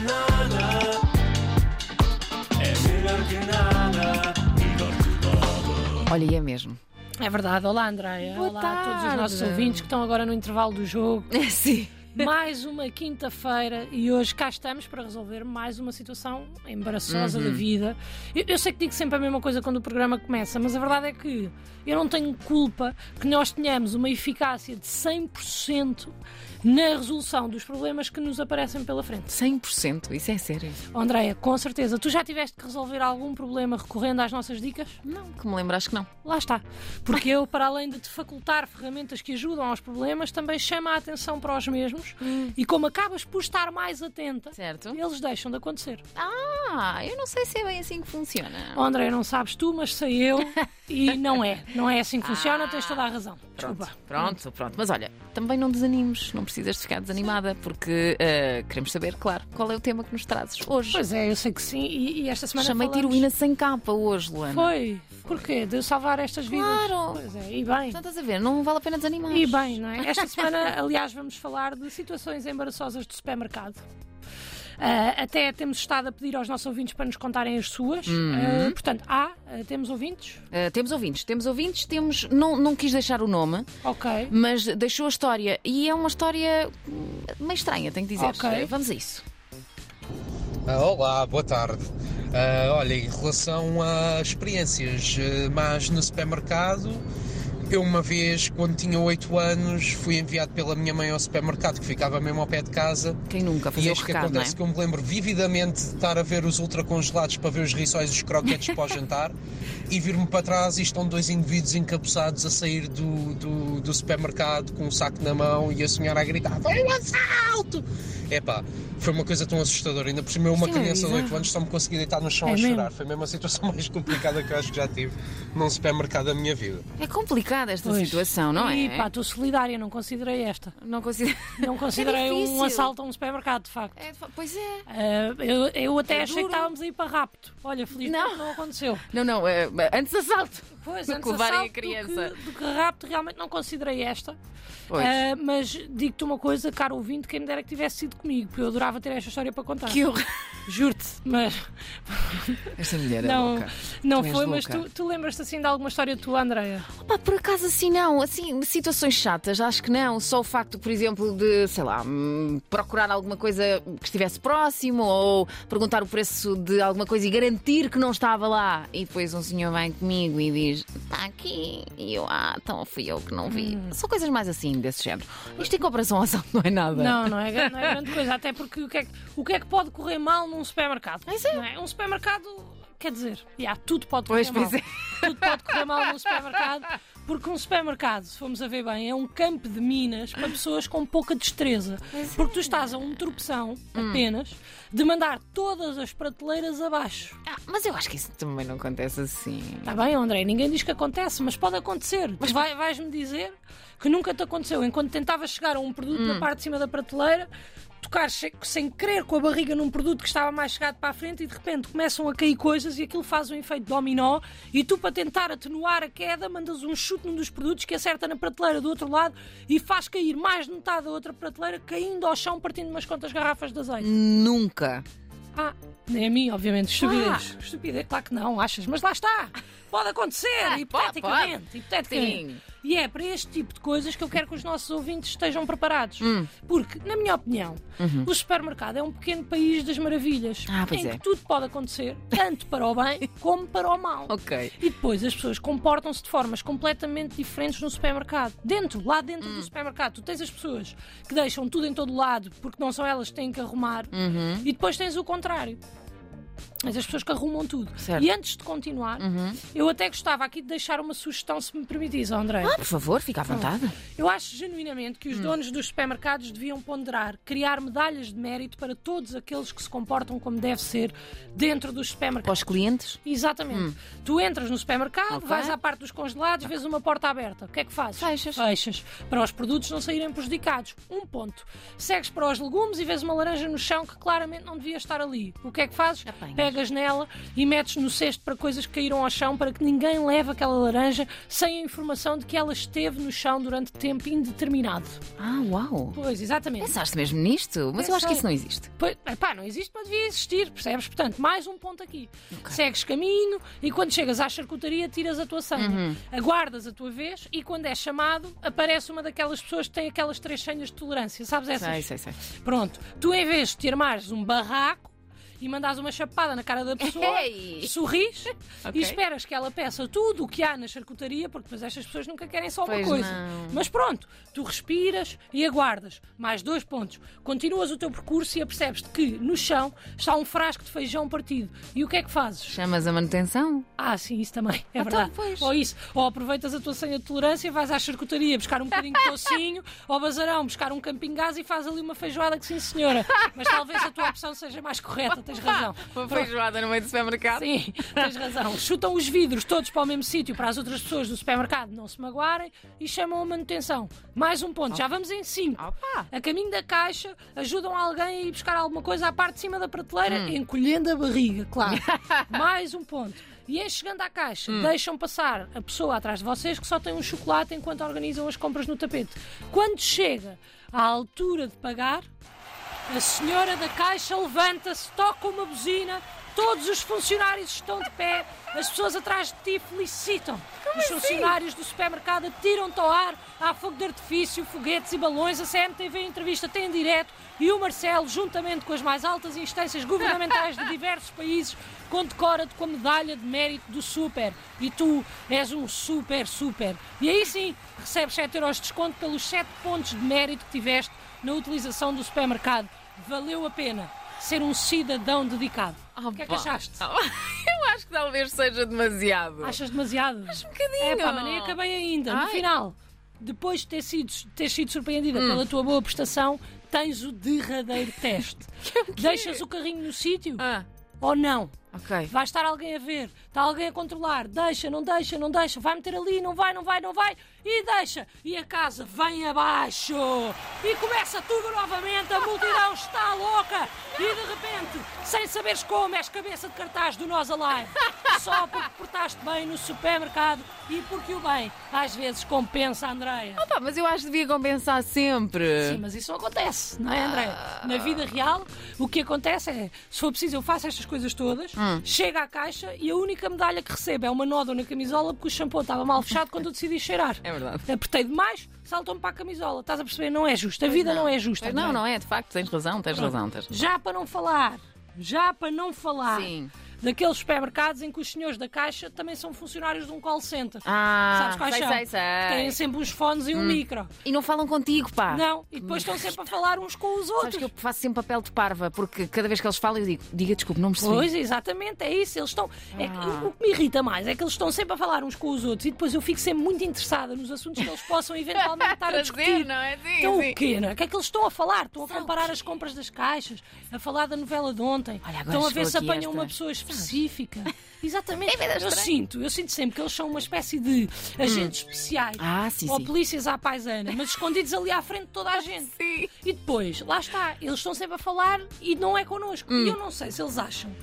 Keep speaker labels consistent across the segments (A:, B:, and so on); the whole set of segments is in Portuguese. A: nada. É melhor que nada. Melhor que nada.
B: Olha, e é mesmo.
C: É verdade. Olá, Andréia.
B: Boa
C: Olá a todos os
B: tarde.
C: nossos ouvintes que estão agora no intervalo do jogo.
B: É sim.
C: Mais uma quinta-feira e hoje cá estamos para resolver mais uma situação embaraçosa da vida. Eu, eu sei que digo sempre a mesma coisa quando o programa começa, mas a verdade é que eu não tenho culpa que nós tenhamos uma eficácia de 100% na resolução dos problemas que nos aparecem pela frente.
B: 100%, isso é sério.
C: Oh, Andréia, com certeza. Tu já tiveste que resolver algum problema recorrendo às nossas dicas?
B: Não, que me lembro, acho que não.
C: Lá está. Porque eu, para além de te facultar ferramentas que ajudam aos problemas, também chama a atenção para os mesmos e como acabas por estar mais atenta,
B: Hum. Certo?
C: eles deixam de acontecer.
B: Ah, eu não sei se é bem assim que funciona.
C: Oh, André, não sabes tu, mas sei eu e não é. Não é assim que funciona, tens toda a razão. Desculpa.
B: Ah, Pronto, pronto. Mas olha, também não desanimes, não precisas de ficar desanimada, porque ah, queremos saber, claro, qual é o tema que nos trazes hoje.
C: Pois é, eu sei que sim e, e esta semana
B: Chamei-te
C: falamos-
B: heroína sem capa hoje, Luana.
C: Foi. Porquê? De salvar estas vidas.
B: Claro.
C: Pois é, e bem.
B: Não Então, estás a ver, não vale a pena desanimar.
C: E bem, não é? Esta semana, aliás, vamos falar de situações embaraçosas de supermercado. Ah, até temos estado a pedir aos nossos ouvintes para nos contarem as suas. Ah,
B: Uhum.
C: portanto, há, ah, temos ouvintes?
B: Ah, temos ouvintes, temos ouvintes, temos. Não, não quis deixar o nome,
C: Ok.
B: mas deixou a história. E é uma história hum, meio estranha, tenho que dizer. Eh,
C: Ok.
B: Vamos a isso.
D: Ah, Olá, boa tarde. Ah, olha, em relação a experiências eh, más no supermercado, eu uma vez, quando tinha 8 anos, fui enviado pela minha mãe ao supermercado, que ficava mesmo ao pé de casa.
B: Quem nunca
D: E
B: fazer o
D: acho que
B: recado, não é?
D: acontece que eu me lembro vividamente de estar a ver os ultracongelados para ver os rissóis e os croquetes para o jantar e vir-me para trás e estão dois indivíduos encapuçados a sair do, do, do supermercado com um saco na mão e a senhora a gritar Foi um assalto! Epá, foi uma coisa tão assustadora. Ainda por cima eu, uma
B: Sim, é
D: criança de
B: bizarro.
D: 8 anos, só me consegui deitar no chão
C: É
D: a
C: mesmo?
D: chorar. Foi mesmo a situação mais complicada que eu acho que já tive num supermercado da minha vida.
B: É complicada esta
C: Pois.
B: situação, não é?
C: E pá, estou solidária, não considerei esta.
B: Não considero.
C: Não considerei um
B: É difícil.
C: assalto a um supermercado, de facto.
B: É, de fa- pois é.
C: Ah, eu, eu até
B: É
C: achei
B: duro.
C: que estávamos a ir para rapto. Olha, felizmente
B: Não.
C: não, aconteceu.
B: Não, não, é, antes assalto.
C: Pois,
B: Do que
C: antes
B: levarem a
C: assalto do
B: criança.
C: que- do que rapto, realmente não considerei esta.
B: Pois.
C: Ah, mas digo-te uma coisa, caro ouvinte, quem me dera que tivesse sido comigo, porque eu adorava ter esta história para contar.
B: Que horror.
C: Juro-te, mas
B: Esta mulher é
C: não,
B: louca.
C: não
B: Tu és
C: foi. Mas
B: louca.
C: tu, tu lembras-te assim de alguma história tua, Andreia?
B: Opa, por acaso assim não, assim, situações chatas, acho que não. Só o facto, por exemplo, de, sei lá, hum, procurar alguma coisa que estivesse próximo ou perguntar o preço de alguma coisa e garantir que não estava lá. E depois um senhor vem comigo e diz: está aqui. E eu, ah, então fui eu que não vi.
C: Hum.
B: São coisas mais assim, desse género. Isto em comparação ao assalto não é nada.
C: Não, não é, gran- não é grande coisa. Até porque o que, é que, o que é que pode correr mal num supermercado?
B: Pois é.
C: Não é? Um supermercado, quer dizer, já, tudo pode correr
B: Pois,
C: mal.
B: pois é.
C: Tudo pode correr mal num supermercado, porque um supermercado, se formos a ver bem, é um campo de minas para pessoas com pouca destreza.
B: é.
C: Porque tu estás a um tropeção
B: Hum.
C: apenas de mandar todas as prateleiras abaixo.
B: Ah, mas eu acho que isso também não acontece assim.
C: Está Tá bem, André, ninguém diz que acontece, mas pode acontecer. Mas vai, vais-me dizer que nunca te aconteceu, enquanto tentavas chegar a um produto na parte de cima da prateleira, tocar che- sem querer com a barriga num produto que estava mais chegado para a frente e de repente começam a cair coisas e aquilo faz um efeito dominó e tu, para tentar atenuar a queda, mandas um chute num dos produtos que acerta na prateleira do outro lado e faz cair mais de metade da outra prateleira, caindo ao chão, partindo umas quantas garrafas de azeite.
B: Nunca.
C: Ah, nem a mim, obviamente. Estupidez.
B: Ah.
C: Estupidez, claro que não, achas, mas lá está. Pode acontecer,
B: Ah,
C: hipoteticamente.
B: pode, pode.
C: hipoteticamente.
B: Sim.
C: E é para este tipo de coisas que eu quero que os nossos ouvintes estejam preparados.
B: Hum.
C: Porque, na minha opinião, o supermercado é um pequeno país das maravilhas.
B: Uhum. Ah, pois
C: em
B: é.
C: que tudo pode acontecer, tanto para o bem como para o mal.
B: Ok.
C: E depois as pessoas comportam-se de formas completamente diferentes no supermercado. Dentro, lá dentro
B: Hum.
C: do supermercado, tu tens as pessoas que deixam tudo em todo lado porque não são elas que têm que arrumar.
B: Uhum.
C: E depois tens o contrário. Mas as pessoas que arrumam tudo.
B: Certo. Uhum.
C: E antes de continuar, eu até gostava aqui de deixar uma sugestão, se me permitires, André.
B: Ah, Hum. por favor, fica à vontade.
C: Eu acho genuinamente que os donos dos supermercados deviam ponderar criar medalhas de mérito para todos aqueles que se comportam como deve ser dentro dos supermercados.
B: Para os clientes.
C: Exatamente. Tu entras no supermercado,
B: Hum. Ok.
C: vais à parte dos congelados, vês uma porta aberta. O que é que fazes?
B: Fechas.
C: Fechas. Para os produtos não saírem prejudicados. Um ponto. Segues para os legumes e vês uma laranja no chão que claramente não devia estar ali. O que é que fazes?
B: Apanhas.
C: Pegas pegas nela e metes no cesto para coisas que caíram ao chão para que ninguém leve aquela laranja sem a informação de que ela esteve no chão durante tempo indeterminado.
B: Ah, uau!
C: Pois, exatamente.
B: Pensaste mesmo nisto? Mas eu acho que
C: Pensei.
B: isso não existe.
C: Pois, epá, não existe, mas devia existir, percebes? Portanto, mais um ponto aqui. Segues caminho e quando chegas à charcutaria, tiras a tua senha.
B: Uhum.
C: Aguardas a tua vez e quando és chamado, aparece uma daquelas pessoas que tem aquelas três senhas de tolerância, sabes essas?
B: Sei, sei, sei.
C: Pronto, tu em vez de te armares um barraco e mandares uma chapada na cara da pessoa,
B: Ei!
C: sorris
B: Ok.
C: e esperas que ela peça tudo o que há na charcutaria, porque depois estas pessoas nunca querem só uma
B: Pois
C: coisa.
B: não.
C: Mas pronto, tu respiras e aguardas. Mais dois pontos. Continuas o teu percurso e apercebes que no chão está um frasco de feijão partido. E o que é que fazes?
B: Chamas a manutenção?
C: Ah, sim, isso também. É
B: Então,
C: verdade.
B: pois.
C: Ou isso. Ou aproveitas a tua senha de tolerância, vais à charcutaria buscar um bocadinho de docinho, ou bazarão buscar um camping gás e faz ali uma feijoada que sim, senhora. Mas talvez a tua opção seja mais correta, tens razão.
B: Uma feijoada no meio do supermercado?
C: Sim, tens razão. Chutam os vidros todos para o mesmo sítio para as outras pessoas do supermercado não se magoarem e chamam a manutenção. Mais um ponto, já vamos em cinco.
B: Opa!
C: A caminho da caixa, ajudam alguém a ir buscar alguma coisa à parte de cima da prateleira, encolhendo a barriga, claro. Mais um ponto. E em chegando à caixa, deixam passar a pessoa atrás de vocês que só tem um chocolate enquanto organizam as compras no tapete. Quando chega à altura de pagar, a senhora da caixa levanta-se, toca uma buzina, todos os funcionários estão de pé, as pessoas atrás de ti felicitam. os funcionários do supermercado atiram-te ao ar, há fogo de artifício, foguetes e balões, a CMTV entrevista tem em direto e o Marcelo, juntamente com as mais altas instâncias governamentais de diversos países, condecora-te com a medalha de mérito do super. E tu és um super, super. E aí sim, recebes 7 euros de desconto pelos 7 pontos de mérito que tiveste na utilização do supermercado. Valeu a pena ser um cidadão dedicado. o que é que
B: Opa.
C: achaste?
B: Ah, Eu acho que talvez seja demasiado.
C: Achas demasiado?
B: um bocadinho.
C: É pá, mas nem acabei ainda. No
B: Ai. Hum.
C: final, depois de ter sido, ter sido surpreendida pela tua boa prestação, tens o derradeiro teste. Deixas o carrinho no sítio
B: é Ah,
C: ou não?
B: ok.
C: Vai estar alguém a ver, está alguém a controlar, deixa, não deixa, não deixa, vai meter ali, não vai, não vai, não vai, e deixa. E a casa vem abaixo. E começa tudo novamente, a multidão está louca. E de repente, sem saberes como, és cabeça de cartaz do Nós Alive. Só porque portaste bem no supermercado e porque o bem às vezes compensa a Andreia.
B: Opa, Ah, mas eu acho que devia compensar sempre.
C: Sim, mas isso não acontece, não é, André? Na vida real, o que acontece é, se for preciso, eu faço estas coisas todas,
B: Hum.
C: chego à caixa e a única medalha que recebo é uma nódoa na camisola porque o shampoo estava mal fechado quando eu decidi cheirar.
B: É verdade.
C: Apertei demais, saltam-me para a camisola. Estás a perceber? Não é justo. A vida não, é justa.
B: Pois não,
C: André.
B: não é, de facto, tens razão, tens razão, tens razão.
C: Já para não falar, já para não falar
B: Sim.
C: daqueles supermercados em que os senhores da caixa também são funcionários de um call center.
B: Ah,
C: Sabes quais
B: sei,
C: são?
B: sei, Hum. sei.
C: Que Têm sempre uns fones e um micro.
B: E não falam contigo, pá.
C: Não, e depois estão sempre a falar uns com os
B: Ah. Sabes
C: outros.
B: que eu faço sempre papel de parva, porque cada vez que eles falam eu digo, diga desculpa, não percebi.
C: Pois, exatamente, é isso. Eles estão. é que-
B: Ah.
C: o- o que me irrita mais é que eles estão sempre a falar uns com os outros e depois eu fico sempre muito interessada nos assuntos que eles possam eventualmente estar a
B: Trazer,
C: discutir.
B: não é? Sim,
C: então
B: sim.
C: o quê? Não? é? O que é que eles estão a falar? Estão a comparar as compras das caixas, a falar da novela de ontem,
B: Olha, agora
C: estão a ver
B: chegou
C: se
B: aqui
C: apanham
B: esta. É
C: uma pessoa específica. Exatamente. Eu sinto, eu sinto sempre que eles são uma espécie de agentes especiais
B: Ah, sim,
C: ou
B: sim.
C: polícias à paisana, mas escondidos ali à frente de toda a gente.
B: Sim.
C: E depois, lá está, eles estão sempre a falar e não é connosco.
B: Hum.
C: E eu não sei se eles acham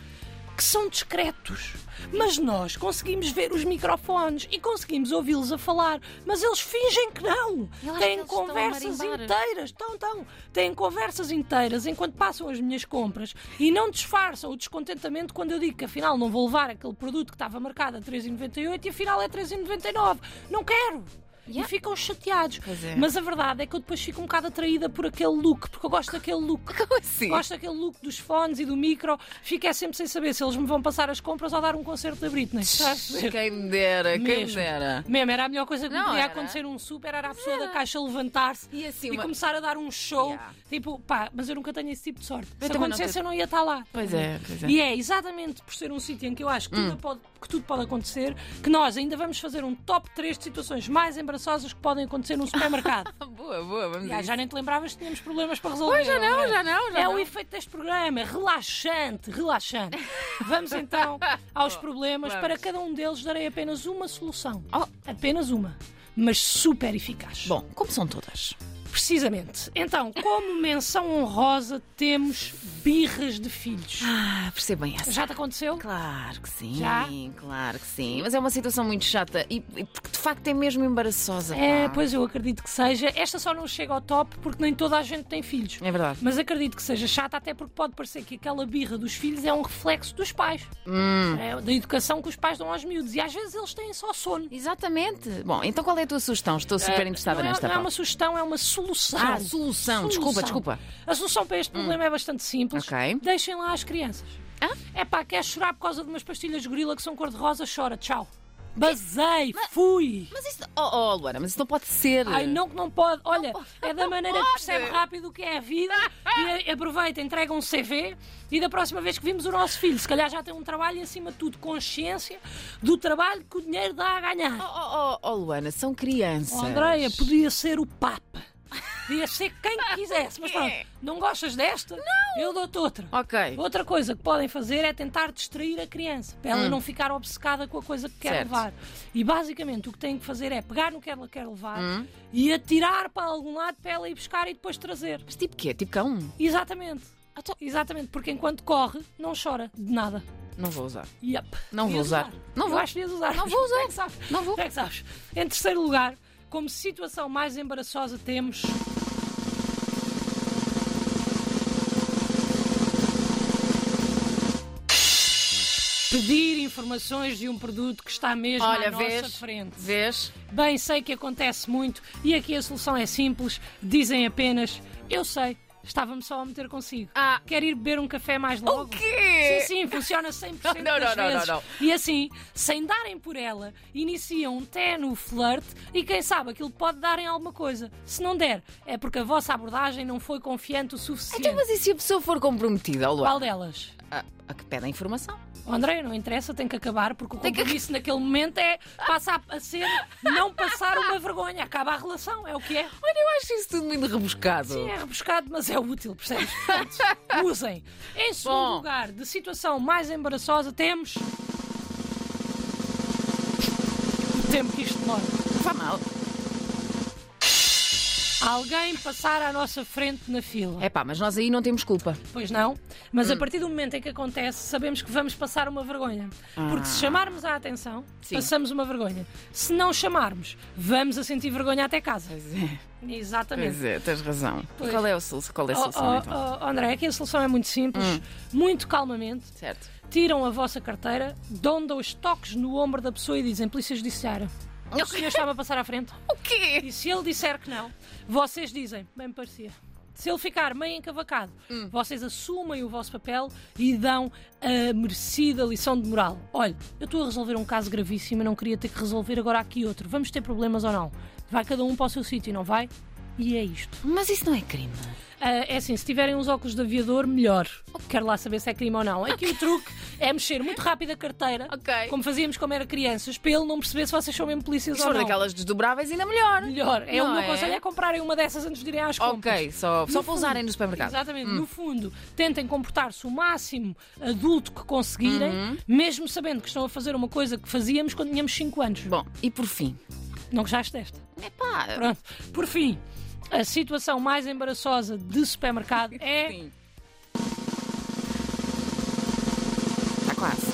C: que são discretos, mas nós conseguimos ver os microfones e conseguimos ouvi-los a falar, mas eles fingem que não.
B: Eu acho que
C: Têm
B: eles estão a
C: conversas
B: marimbar.
C: inteiras, estão, estão. Têm conversas inteiras enquanto passam as minhas compras e não disfarçam o descontentamento quando eu digo que afinal não vou levar aquele produto que estava marcado a 3,98 e afinal é 3,99. Não quero. E ficam chateados.
B: Pois é.
C: Mas a verdade é que eu depois fico um bocado atraída por aquele look, porque eu gosto daquele look.
B: Como assim?
C: Gosto daquele look dos fones e do micro. Fico é sempre sem saber se eles me vão passar as compras ou dar um concerto da Britney. Estás a ver?
B: Quem me dera, quem me
C: Mesmo.
B: dera.
C: Mesmo, era a melhor coisa que me
B: Não
C: podia
B: era?
C: acontecer um super, era a pessoa da caixa levantar-se
B: E assim,
C: e
B: uma-
C: começar a dar um show.
B: Yeah.
C: Tipo, pá, mas eu nunca tenho esse tipo de sorte. Se
B: também não
C: acontecesse,
B: tenho.
C: eu não ia estar lá.
B: Pois é, pois é.
C: E é exatamente por ser um sítio em que eu acho que,
B: Hum.
C: tudo pode, que tudo pode acontecer, que nós ainda vamos fazer um top 3 de situações mais embaraçosas que podem acontecer num supermercado.
B: Boa, boa, vamos
C: Ah,
B: a isso.
C: já nem te lembravas que tínhamos problemas para resolver.
B: Pois, já não,
C: é?
B: já não, já
C: É
B: não.
C: o efeito deste programa, relaxante, relaxante. Vamos então aos problemas.
B: vamos.
C: Para cada um deles darei apenas uma solução.
B: Oh.
C: Apenas uma, mas super eficaz.
B: Bom, como são todas?
C: Precisamente. Então, como menção honrosa, temos birras de filhos.
B: Ah, percebo bem essa.
C: Já te aconteceu?
B: Claro que sim,
C: Já?
B: claro que sim. Mas é uma situação muito chata e, e porque de facto é mesmo embaraçosa.
C: É,
B: pá.
C: pois eu acredito que seja. Esta só não chega ao top porque nem toda a gente tem filhos.
B: É verdade.
C: Mas acredito que seja chata, até porque pode parecer que aquela birra dos filhos é um reflexo dos pais.
B: Hum.
C: É, da educação que os pais dão aos miúdos. E às vezes eles têm só sono.
B: Exatamente. Bom, então qual é a tua sugestão? Estou super interessada
C: não é,
B: nesta
C: não é
B: pá.
C: uma sugestão, é uma solução.
B: Ah, solução. Desculpa, desculpa. Hum.
C: A solução para este problema é bastante simples.
B: Ok.
C: Deixem lá as crianças.
B: Hã?
C: É pá, queres chorar por causa de umas pastilhas de gorila que são cor-de-rosa? Chora, tchau. Basei, fui.
B: Mas isso. Oh, oh, Luana, mas isso não pode ser.
C: Ai, não que não pode. Olha, é da maneira que
B: pode.
C: percebe rápido o que é a vida e a- aproveita, entrega um CV e da próxima vez que vimos o nosso filho, se calhar já tem um trabalho e, acima de tudo, consciência do trabalho que o dinheiro dá a
B: Oh,
C: ganhar.
B: oh, oh, oh, Luana, são crianças.
C: Oh, Andréia, podia ser o Papa. Podia ser quem quisesse, mas pronto, não gostas desta? Não! Eu dou-te outra.
B: é. Ok.
C: Outra coisa que podem fazer é tentar distrair a criança, para ela não ficar obcecada com a coisa que quer
B: Hum. Certo.
C: levar. E basicamente o que tem que fazer é pegar no que ela quer levar
B: Hum.
C: e atirar para algum lado para ela ir buscar e depois trazer.
B: Mas tipo quê? Tipo cão?
C: Exatamente.
B: Então
C: Exatamente, porque enquanto corre, não chora de nada.
B: Não vou usar.
C: Yep.
B: Não vou
C: Devias
B: usar. Não
C: Eu
B: vou.
C: acho que devias usar.
B: Não vou usar.
C: Tu é que sabes.
B: Não vou.
C: Tu é que sabes. Em terceiro lugar, como situação mais embaraçosa temos. Pedir informações de um produto que está mesmo à
B: Olha,
C: nossa
B: vês?
C: frente.
B: Vês?
C: Bem, sei que acontece muito e aqui a solução é simples. Dizem apenas, eu sei, estava-me só a meter consigo.
B: Ah.
C: Quer ir beber um café mais logo?
B: O quê?
C: Sim, sim, funciona 100%
B: Não, não,
C: das
B: não, não,
C: vezes.
B: não.
C: E assim, sem darem por ela, iniciam um ténue flerte e quem sabe aquilo pode dar em alguma coisa. Se não der, é porque a vossa abordagem não foi confiante o suficiente.
B: Então, mas e se a pessoa for comprometida, oh, Luana?
C: Qual delas?
B: A, a que pede a informação.
C: Oh, André, não interessa, tem que acabar, porque o
B: Tem que
C: compromisso naquele momento é passar a ser não passar uma vergonha. Acaba a relação, é o que é.
B: Olha, eu acho isso tudo muito rebuscado.
C: Sim, é rebuscado, mas é útil, percebes? Portanto, usem. Em segundo
B: Bom.
C: lugar, de situação mais embaraçosa, temos. O tempo que isto demora.
B: Vá mal.
C: Alguém passar à nossa frente na fila.
B: É Hum. pá, mas nós aí não temos culpa.
C: Pois não, mas a partir do momento em que acontece, sabemos que vamos passar uma vergonha. Porque se chamarmos a atenção,
B: Ah. Sim.
C: passamos uma vergonha. Se não chamarmos, vamos a sentir vergonha até casa.
B: Pois é,
C: Exatamente.
B: tens razão.
C: Pois.
B: Qual é a solução, qual é Hum. a
C: Oh,
B: solução
C: oh,
B: então?
C: oh, André, aqui a solução é muito simples. Muito calmamente,
B: Certo.
C: tiram a vossa carteira, dão dois toques no ombro da pessoa e dizem: Polícia Judiciária, o senhor estava a passar à frente?
B: O quê?
C: E se ele disser que não, vocês dizem: Bem, me parecia. Se ele ficar meio encavacado, vocês assumem o vosso papel e dão a merecida lição de moral. Olha, eu estou a resolver um caso gravíssimo, eu não queria ter que resolver agora aqui outro. Vamos ter problemas ou não? Vai cada um para o seu sítio, não vai? E é isto.
B: Mas isso não é crime.
C: Ah, é assim, se tiverem uns óculos de aviador, melhor. Quero lá saber se é crime ou não. Aqui o truque é mexer muito rápido a carteira,
B: Ok.
C: como fazíamos quando era crianças, para ele não perceber se vocês são mesmo polícias
B: Se
C: ou
B: for
C: não.
B: daquelas desdobráveis, ainda melhor.
C: Melhor. É o
B: é Não
C: meu
B: é?
C: conselho é comprarem uma dessas antes de irem às compras.
B: Ok, Hum. só, só
C: No
B: para
C: fundo-
B: usarem no supermercado.
C: Exatamente. No fundo, tentem comportar-se o máximo adulto que conseguirem,
B: Uhum.
C: mesmo sabendo que estão a fazer uma coisa que fazíamos quando tínhamos 5 anos.
B: Bom, e por fim.
C: Não gostaste desta?
B: É pá.
C: Pronto. Por fim, a situação mais embaraçosa de supermercado é...
B: Está Tá quase.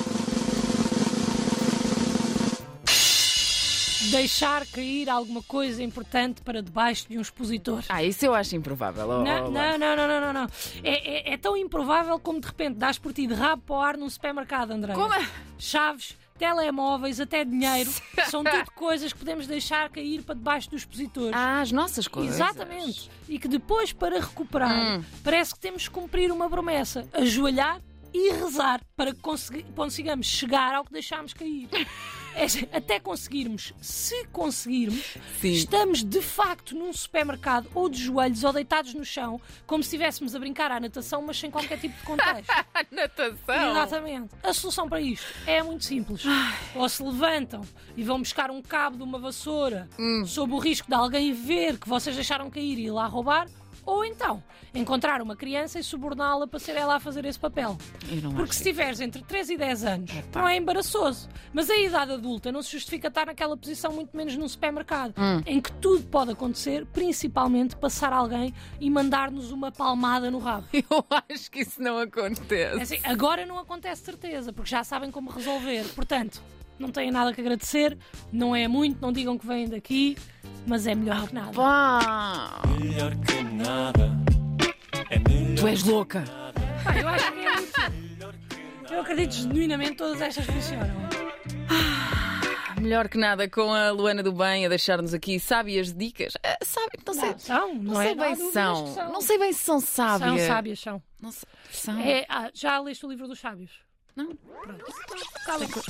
C: deixar cair alguma coisa importante para debaixo de um expositor.
B: Ah, isso eu acho improvável. Oh,
C: Não,
B: oh,
C: não, não, não, não, não, não. É, é- é tão improvável como de repente dás por ti de rabo para o ar num supermercado, André.
B: Como é?
C: Chaves, telemóveis, até dinheiro, são tudo coisas que podemos deixar cair para debaixo do expositor.
B: Ah, as nossas coisas.
C: Exatamente. E que depois, para
B: Hum.
C: recuperar, parece que temos que cumprir uma promessa: ajoelhar e rezar para que consegui- consigamos chegar ao que deixámos cair. É, Até conseguirmos, se conseguirmos,
B: Sim.
C: estamos de facto num supermercado ou de joelhos ou deitados no chão, como se estivéssemos a brincar à natação, mas sem qualquer tipo de contexto.
B: A natação.
C: Exatamente. A solução para isto é muito simples. Ou se levantam e vão buscar um cabo de uma vassoura sob o risco de alguém ver que vocês deixaram cair e ir lá roubar, ou então encontrar uma criança e suborná-la para ser ela a fazer esse papel.
B: Eu não
C: Porque
B: acho
C: se tiveres entre 3 e 10 anos, não é embaraçoso. Mas a idade adulta não se justifica estar naquela posição, muito menos num supermercado,
B: Hum.
C: em que tudo pode acontecer, principalmente passar alguém e mandar-nos uma palmada no rabo.
B: que- Eu acho que isso não
C: É
B: acontece.
C: assim, agora não acontece certeza, porque já sabem como resolver. Portanto, não têm nada que agradecer, não é muito, não digam que vêm daqui, mas é melhor que nada.
B: Pá!
A: Melhor que nada. É melhor
B: Tu és louca!
C: Pá, eu acho que é muito. Eu acredito genuinamente que todas estas funcionam.
B: Melhor que nada com a Luana do Bem a deixar-nos aqui sábias dicas. Ah, sabe, não sei.
C: Não, são, não,
B: Não,
C: é?
B: sei
C: Não há
B: bem se
C: dúvidas
B: são.
C: que são.
B: Não sei bem se são
C: São
B: sábias.
C: sábias, são.
B: Não sei. São.
C: É, ah, já leste o livro dos sábios?
B: Não.
C: Cala-te.